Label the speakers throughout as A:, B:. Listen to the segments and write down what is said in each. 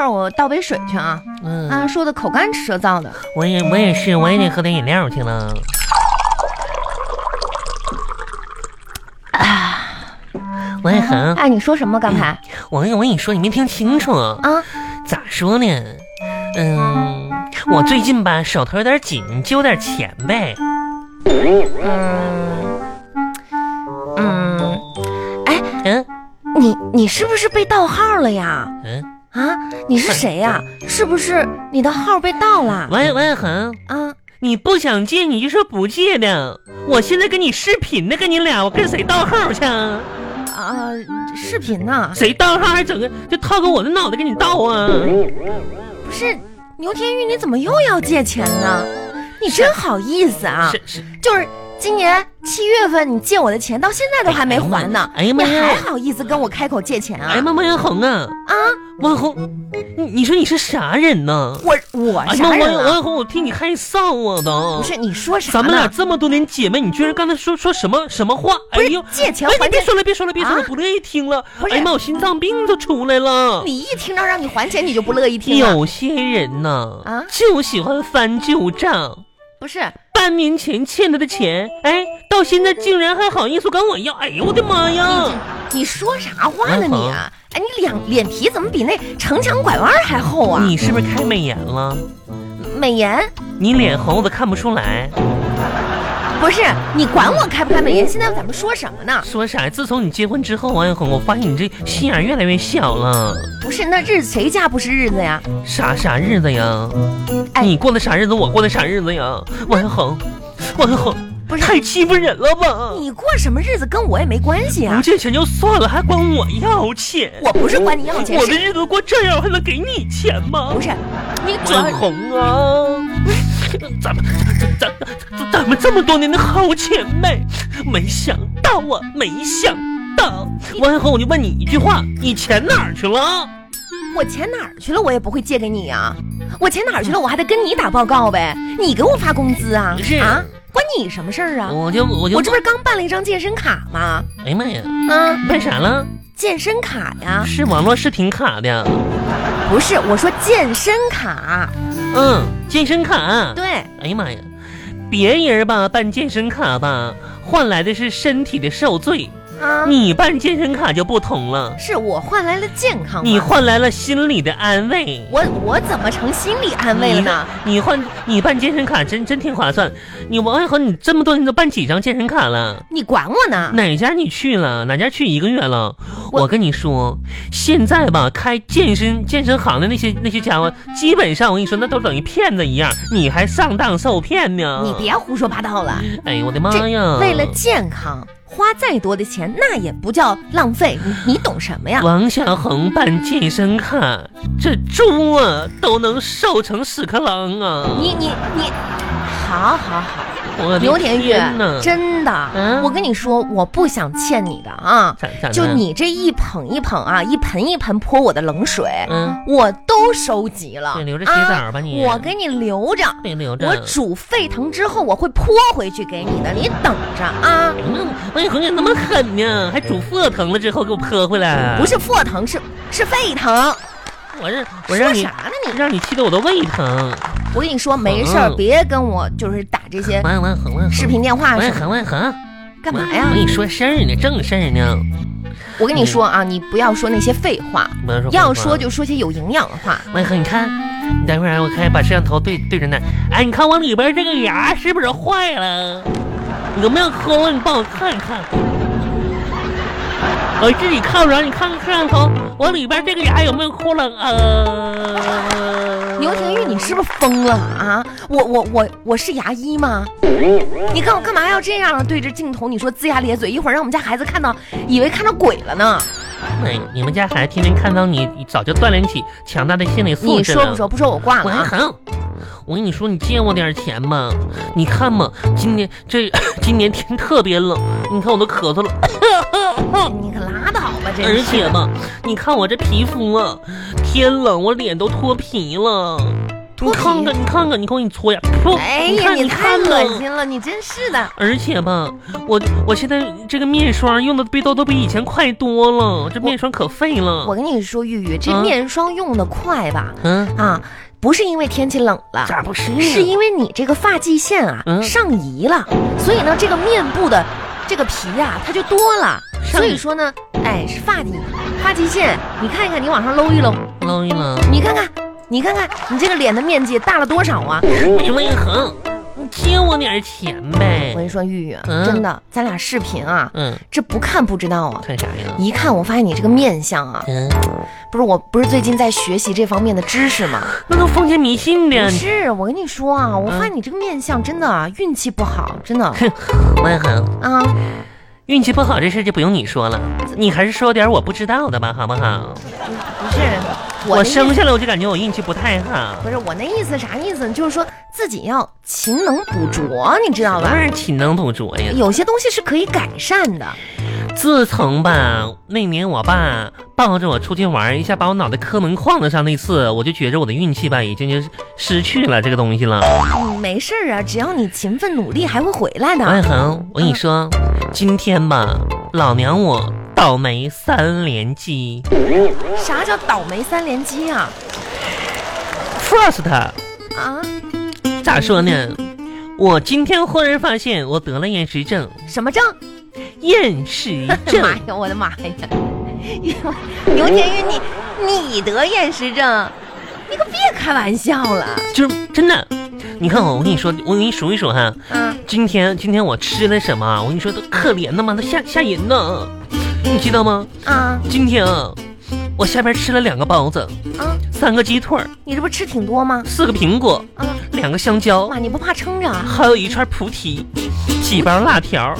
A: 哎我倒杯水去啊！
B: 嗯，
A: 啊，说的口干舌燥的。
B: 我也我也是，我也得喝点饮料去了。
A: 啊
B: 王一恒，
A: 哎，你说什么刚才
B: 我跟我跟你说，你没听清楚，
A: 啊？
B: 咋说呢？嗯，我最近吧手头有点紧，借我点钱呗。
A: 嗯嗯，
B: 嗯
A: 你你是不是被盗号了呀？
B: 嗯，
A: 啊，你是谁呀、是不是你的号被盗了？
B: 王王一恒，
A: 啊，
B: 你不想借你就说不借的。我现在跟你视频呢，跟你俩，我跟谁盗号去？啊？
A: 啊，视频呢？
B: 谁盗号还整个就套个我的脑袋给你盗啊？
A: 嗯不是牛天玉，你怎么又要借钱呢？你真好意思啊！
B: 是是，
A: 就是今年七月份你借我的钱，到现在都还没还呢，
B: 哎呀
A: 你
B: 妈呀
A: 还好意思跟我开口借钱
B: 哎呀
A: 啊？
B: 妈，王一恒啊，
A: 啊，
B: 王一恒，你你说你是啥人呢？
A: 我我
B: 哎呀
A: 啥
B: 妈，
A: 人
B: 王王
A: 了？
B: 一恒，我替你害臊啊都。
A: 不是你说啥
B: 咱们俩
A: 呢？
B: 这么多年姐妹，你居然刚才说说什么什么话？哎呦，
A: 借钱
B: 哎，
A: 还
B: 你别
A: 钱，
B: 说了，别说了，别说了，
A: 啊
B: 不乐意听了。
A: 不是
B: 哎呀妈，我心脏病都出来了。
A: 你一听到让你还钱，你就不乐意听了。
B: 有些人呐，
A: 啊
B: 就喜欢翻旧账，
A: 不是，
B: 半年前欠他的钱，哎，到现在竟然还好意思管我要，哎呦我的妈呀！
A: 你说啥话呢
B: 王
A: 你
B: 恒
A: 啊？哎，你脸脸皮怎么比那城墙拐弯还厚啊？
B: 你是不是开美颜了？
A: 美颜
B: 你脸红我都看不出来。
A: 不是你管我开不开美颜？现在咱们说什么呢？
B: 说啥？自从你结婚之后，王小红，我发现你这心眼越来越小了。
A: 不是，那日谁家不是日子呀？
B: 啥啥日子呀？
A: 哎
B: 你过的啥日子？我过的啥日子呀？王小红，王小红，
A: 不是
B: 太欺负人了吧？
A: 你过什么日子跟我也没关系
B: 不
A: 啊！
B: 借钱就算了，还管我要钱。
A: 我不是管你要钱，
B: 我的
A: 是
B: 日子过这样，我还能给你钱吗
A: 不？是？你主要
B: 万红啊，咱们咱咱咱们这么多年的好姐妹，没想到啊，没想到。王小红，我就问你一句话，你钱哪儿去了？
A: 我钱哪儿去了？我也不会借给你啊！我钱哪儿去了？我还得跟你打报告呗？你给我发工资啊？
B: 不是
A: 啊，关你什么事儿啊？
B: 我就我就
A: 我这不是刚办了一张健身卡吗？
B: 哎呀妈呀，
A: 啊，
B: 办啥了？
A: 健身卡呀，
B: 是网络视频卡的，
A: 不是，我说健身卡，
B: 嗯，健身卡。
A: 对，
B: 哎呀妈呀，别人吧办健身卡吧，换来的是身体的受罪。
A: 啊，
B: 你办健身卡就不同了，
A: 是我换来了健康嘛，
B: 你换来了心理的安慰。
A: 我我怎么成心理安慰了呢？
B: 你你换你办健身卡真真挺划算。你王一恒，你这么多年都办几张健身卡了？
A: 你管我呢？
B: 哪家你去了？哪家去一个月了？
A: 我
B: 我跟你说，现在吧，开健身健身行的那些那些家伙，基本上我跟你说，那都等于骗子一样，你还上当受骗呢？
A: 你！别胡说八道了，
B: 哎呦我的妈呀！
A: 为了健康，花再多的钱那也不叫浪费，你你懂什么呀？
B: 王小红办健身卡，这猪啊都能瘦成屎壳郎啊！
A: 你你你，好好好，
B: 我的
A: 牛田玉
B: 天呐，
A: 真的，
B: 嗯
A: 我跟你说，我不想欠你的啊，
B: 咋咋的
A: 就你这一捧一捧啊，一盆一盆泼我的冷水，
B: 嗯，
A: 我都收集了，
B: 对，留着洗
A: 啊
B: 澡吧你。
A: 我给你留着。
B: 别留着。哎
A: 我煮沸腾之后，我会泼回去给你的，你等着啊！
B: 嗯，王小红你怎么那么狠呢？还煮沸腾了之后给我泼回来。
A: 不，是沸腾，是是沸腾。
B: 我让我让你
A: 说啥呢你？
B: 让你气得我都胃疼。
A: 我跟你说，没事儿，
B: 嗯
A: 别跟我就是打这些
B: 王王恒，王
A: 视频电话
B: 王
A: 什么，
B: 恒，王恒，
A: 干嘛呀
B: 啊我？跟你说事儿呢，正事儿呢。
A: 我跟你说啊，你不要说那些废话，
B: 不要说
A: 要说就说些有营养的话。
B: 王恒，你看，你等会儿啊我看把摄像头对对准点儿。哎，你看往里边这个牙是不是坏了？有没有抠了？你帮我看一看。我自己看不着，你看看摄像头，往里边这个牙有没有抠了？呃，
A: 牛廷玉，你是不是疯了啊？我我我我是牙医吗？你看我干嘛要这样啊对着镜头？你说龇牙咧嘴，一会儿让我们家孩子看到，以为看到鬼了呢。
B: 哎，你们家孩子天天看到你，早就锻炼起强大的心理素
A: 你
B: 质
A: 说
B: 了。
A: 不说？不说我挂了
B: 王
A: 啊！
B: 恒，我跟你说，你借我点钱吧。你看嘛，今年这今年天特别冷，你看我都咳嗽了，
A: 你可拉倒吧，真
B: 而
A: 是。
B: 且吧，你看我这皮肤啊，天冷我脸都脱皮了。
A: 脱
B: 你
A: 皮
B: 看看，你看看，你看我给你搓呀！噗
A: 哎
B: 你
A: 呀，
B: 看
A: 你
B: 你
A: 太
B: 看
A: 恶
B: 了。嗯
A: 心了，你真是的。
B: 而且吧，我我现在这个面霜用的比都都比以前快多了，这面霜可费了
A: 我。跟你说，玉玉，这
B: 啊
A: 面霜用的快吧？
B: 嗯，
A: 啊，不是因为天气冷了，
B: 咋不是？
A: 是因为你这个发际线啊、
B: 嗯
A: 上移了，所以呢，这个面部的这个皮呀、它就多了，
B: 上
A: 所以
B: 移
A: 说呢，哎，是发际发际线，你看一看，你往上搂一搂，
B: 捞一捞。
A: 你看看，你看看，你这个脸的面积大了多少啊？
B: 你魏恒，你借我点钱呗
A: 我跟。你说，玉玉，啊
B: 嗯
A: 真的，咱俩视频啊，
B: 嗯，
A: 这不看不知道啊。
B: 看啥呀？
A: 一看我发现你这个面相啊，
B: 嗯，
A: 不是我不是最近在学习这方面的知识吗？
B: 那都封建迷信的
A: 不。 是，我跟你说啊，我
B: 嗯
A: 发现你这个面相真的啊，运气不好，真的啊
B: 魏恒， 运气不好这事就不用你说了，你还是说点我不知道的吧，好不好？
A: 不是
B: 我
A: 的意
B: 生下来我就感觉我运气不太好。
A: 不是我那意思啥意思？就是说自己要勤能补拙，你知道
B: 当
A: 吧？
B: 然勤能补拙呀。
A: 有些东西是可以改善的。
B: 自从吧那年我爸抱着我出去玩，一下把我脑袋磕门框子上那次，我就觉着我的运气吧已经就是失去了这个东西了。
A: 嗯，没事儿啊，只要你勤奋努力，还会回来
B: 王
A: 的
B: 一。恒，哎我跟你说，今天吧，老娘我倒霉三连击。嗯
A: 啥叫倒霉三连击啊？
B: First，
A: 啊，
B: 咋说呢？我今天忽然发现我得了厌食症，
A: 什么症？
B: 厌食
A: 妈
B: 症。
A: 呀，我的妈呀！刘天宇，你你得厌食症，你可别开玩笑了。
B: 就是真的。你看我，我跟你说，我给你数一数哈，
A: 啊，
B: 今天今天我吃了什么？我跟你说，都可怜的嘛，都吓吓人呢，你知道吗？
A: 啊
B: 今天啊，我下边吃了两个包子，
A: 啊！
B: 三个鸡腿儿，
A: 你这不吃挺多吗？
B: 四个苹果，
A: 啊，
B: 两个香蕉，
A: 哇，你不怕撑着啊？
B: 还有一串菩提，几包辣条。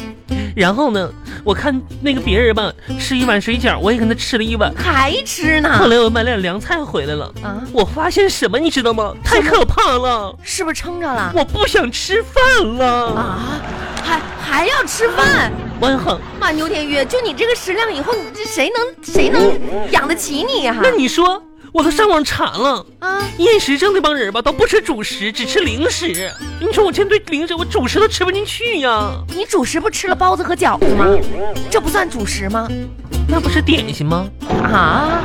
B: 然后呢，我看那个别人吧，吃一碗水饺，我也跟他吃了一碗。
A: 还吃呢？
B: 后来我买了凉菜回来了，
A: 啊，
B: 我发现什么你知道吗？太可怕了，
A: 是不是撑着了？
B: 我不想吃饭了。
A: 啊，还还要吃饭？
B: 我很，
A: 妈，牛天宇，就你这个食量，以后你这谁能谁能养得起你呀、
B: 那你说，我都上网查了，
A: 啊？
B: 厌食症那帮人吧，都不吃主食，只吃零食。你说我现在对零食，我主食都吃不进去呀，
A: 你主食不吃了包子和饺子吗？这不算主食吗？
B: 那不是点心吗？
A: 啊，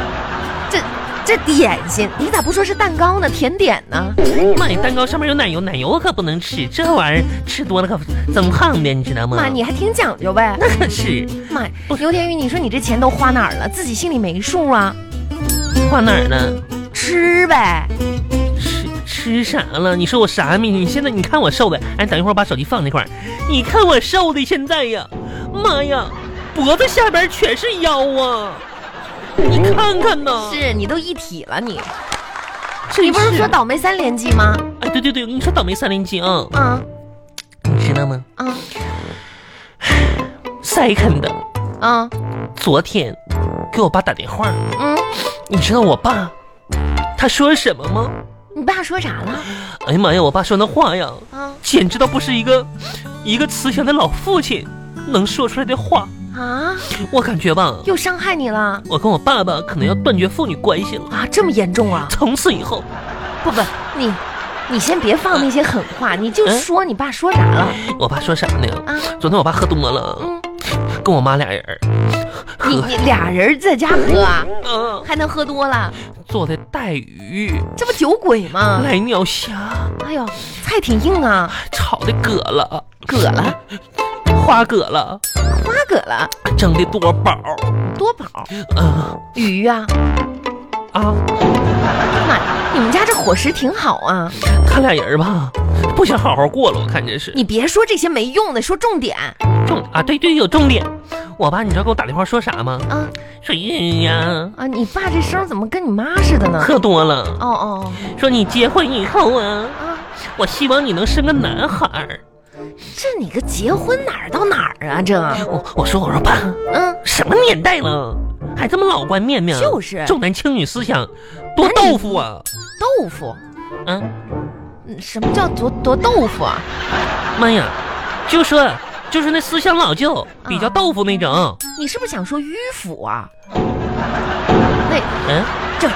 A: 这这点心，你咋不说是蛋糕呢？甜点呢？
B: 妈呀，蛋糕上面有奶油，奶油我可不能吃，这玩意儿吃多了可增胖的，你知道吗？
A: 妈，你还挺讲究呗。
B: 那可是
A: 妈，
B: 不
A: 牛天宇，你说你这钱都花哪儿了？自己心里没数啊？
B: 画哪儿呢？
A: 吃呗。
B: 吃吃啥了？你说我啥也没？你现在你看我瘦的，哎，等一会儿我把手机放那块儿，你看我瘦的现在呀，妈呀，脖子下边全是腰啊！你看看呐，
A: 是你都一体了你，
B: 这
A: 你不是说倒霉三连击吗？
B: 哎，对对对，你说倒霉三连击啊，
A: 啊
B: 你知道吗
A: 啊
B: ？Second，
A: 啊
B: 昨天给我爸打电话，
A: 嗯。
B: 你知道我爸他说什么吗？
A: 你爸说啥了？
B: 哎呀妈呀！我爸说那话呀，
A: 啊
B: 简直都不是一个一个慈祥的老父亲能说出来的话。
A: 啊！
B: 我感觉吧，
A: 又伤害你了
B: 我跟我爸爸可能要断绝父女关系了。
A: 啊！这么严重啊？
B: 从此以后，
A: 不不，你你先别放那些狠话，你就
B: 嗯
A: 说你爸说啥了
B: 我爸说啥呢？
A: 啊？
B: 昨天我爸喝多了，
A: 嗯，
B: 跟我妈俩人儿
A: 你
B: 喝，
A: 你俩人在家喝啊，
B: 嗯，
A: 还能喝多了？
B: 做的带鱼、
A: 这不酒鬼吗？
B: 来鸟虾，
A: 哎呦，菜挺硬啊，
B: 炒的蛤了，
A: 蛤了，
B: 花蛤了，
A: 花蛤了，
B: 整的多饱。
A: 多宝
B: 嗯
A: 鱼啊！
B: 啊，
A: 妈，你们家这伙食挺好啊！
B: 他俩人儿吧，不想好好过了，我看真是。
A: 你别说这些没用的，说重点
B: 重啊，对对，有重点。我爸，你知道给我打电话说啥吗？
A: 啊
B: 说哎呀，
A: 啊！你爸这声儿怎么跟你妈似的呢？
B: 喝多了，
A: 哦哦
B: 说你结婚以后啊，
A: 哦啊！
B: 我希望你能生个男孩儿。
A: 这你个结婚哪儿到哪儿啊？这，
B: 哎我我说我说爸，
A: 嗯，
B: 什么年代了，还这么老观念呢？
A: 就是
B: 重男轻女思想，多
A: 男女
B: 豆腐啊！
A: 豆腐，
B: 啊，
A: 嗯什么叫多多豆腐啊？
B: 妈呀，就说就是那思想老旧，比较豆腐那种。
A: 你是不是想说迂腐啊？那
B: 嗯，
A: 这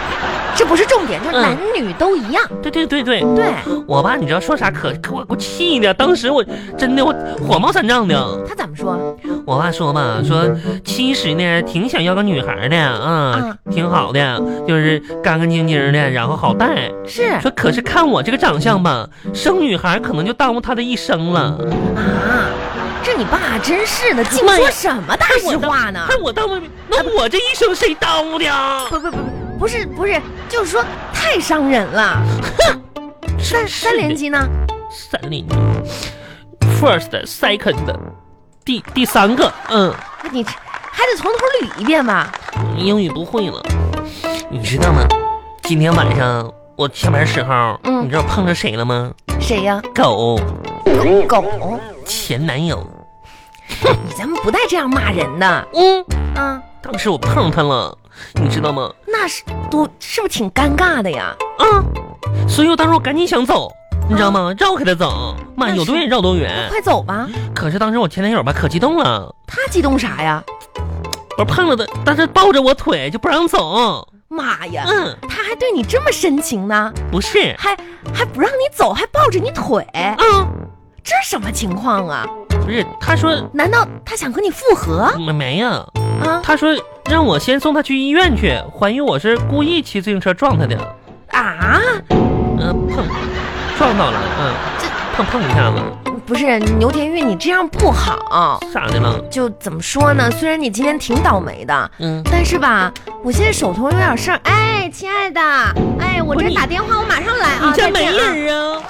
A: 这不是重点，就是
B: 嗯
A: 男女都一样。
B: 对对对对，
A: 对
B: 我吧，你知道说啥可可我给我气的，当时我真的我火冒三丈的。
A: 他怎么说？
B: 我爸说嘛，说其实呢挺想要个女孩的
A: 嗯
B: 啊，挺好的，就是干干净净的，然后好带。
A: 是
B: 说可是看我这个长相吧，生女孩可能就耽误她的一生了。
A: 啊，这你爸真是的，净
B: 妈
A: 说
B: 呀
A: 什么大实话呢
B: 还？我耽误，那我这一生谁耽误的啊？
A: 不不不不，不是不是，就是说太伤人了。三
B: 是
A: 三连
B: 的
A: 击呢？
B: 三连击，first second，第第三个，嗯，
A: 那你还得从头捋一遍吧？
B: 英语不会了，你知道吗？今天晚上我下班时候，
A: 嗯
B: 你知道碰着谁了吗？
A: 谁呀？
B: 狗
A: 狗，
B: 前男友，
A: 你咱们不带这样骂人的
B: 嗯，
A: 啊！
B: 当时我碰他了，你知道吗？
A: 那是多是不是挺尴尬的呀？
B: 啊，所以我当时我赶紧想走。你知道吗？绕开他走，妈，
A: 嗯那是
B: 有多远绕多远。
A: 快走吧！
B: 可是当时我前男友吧，可激动了，
A: 他激动啥呀？
B: 我碰了他，但是抱着我腿就不让走。
A: 妈呀！
B: 嗯，
A: 他还对你这么深情呢，
B: 不是，
A: 还还不让你走，还抱着你腿，
B: 啊，
A: 这是什么情况啊？
B: 不是，他说
A: 难道他想和你复合
B: 没没呀、
A: 啊？
B: 他说让我先送他去医院去，怀疑我是故意骑自行车撞他的，
A: 啊，
B: 嗯、碰，撞到了，嗯、碰碰一下子，
A: 不是牛田玉，你这样不好。
B: 咋的了？
A: 就怎么说呢？虽然你今天挺倒霉的，
B: 嗯，
A: 但是吧，我现在手头有点事儿。哎，亲爱的，哎，我
B: 不是
A: 这
B: 你
A: 打电话，我马上来啊。
B: 你家
A: 再
B: 没
A: 见啊
B: 人啊？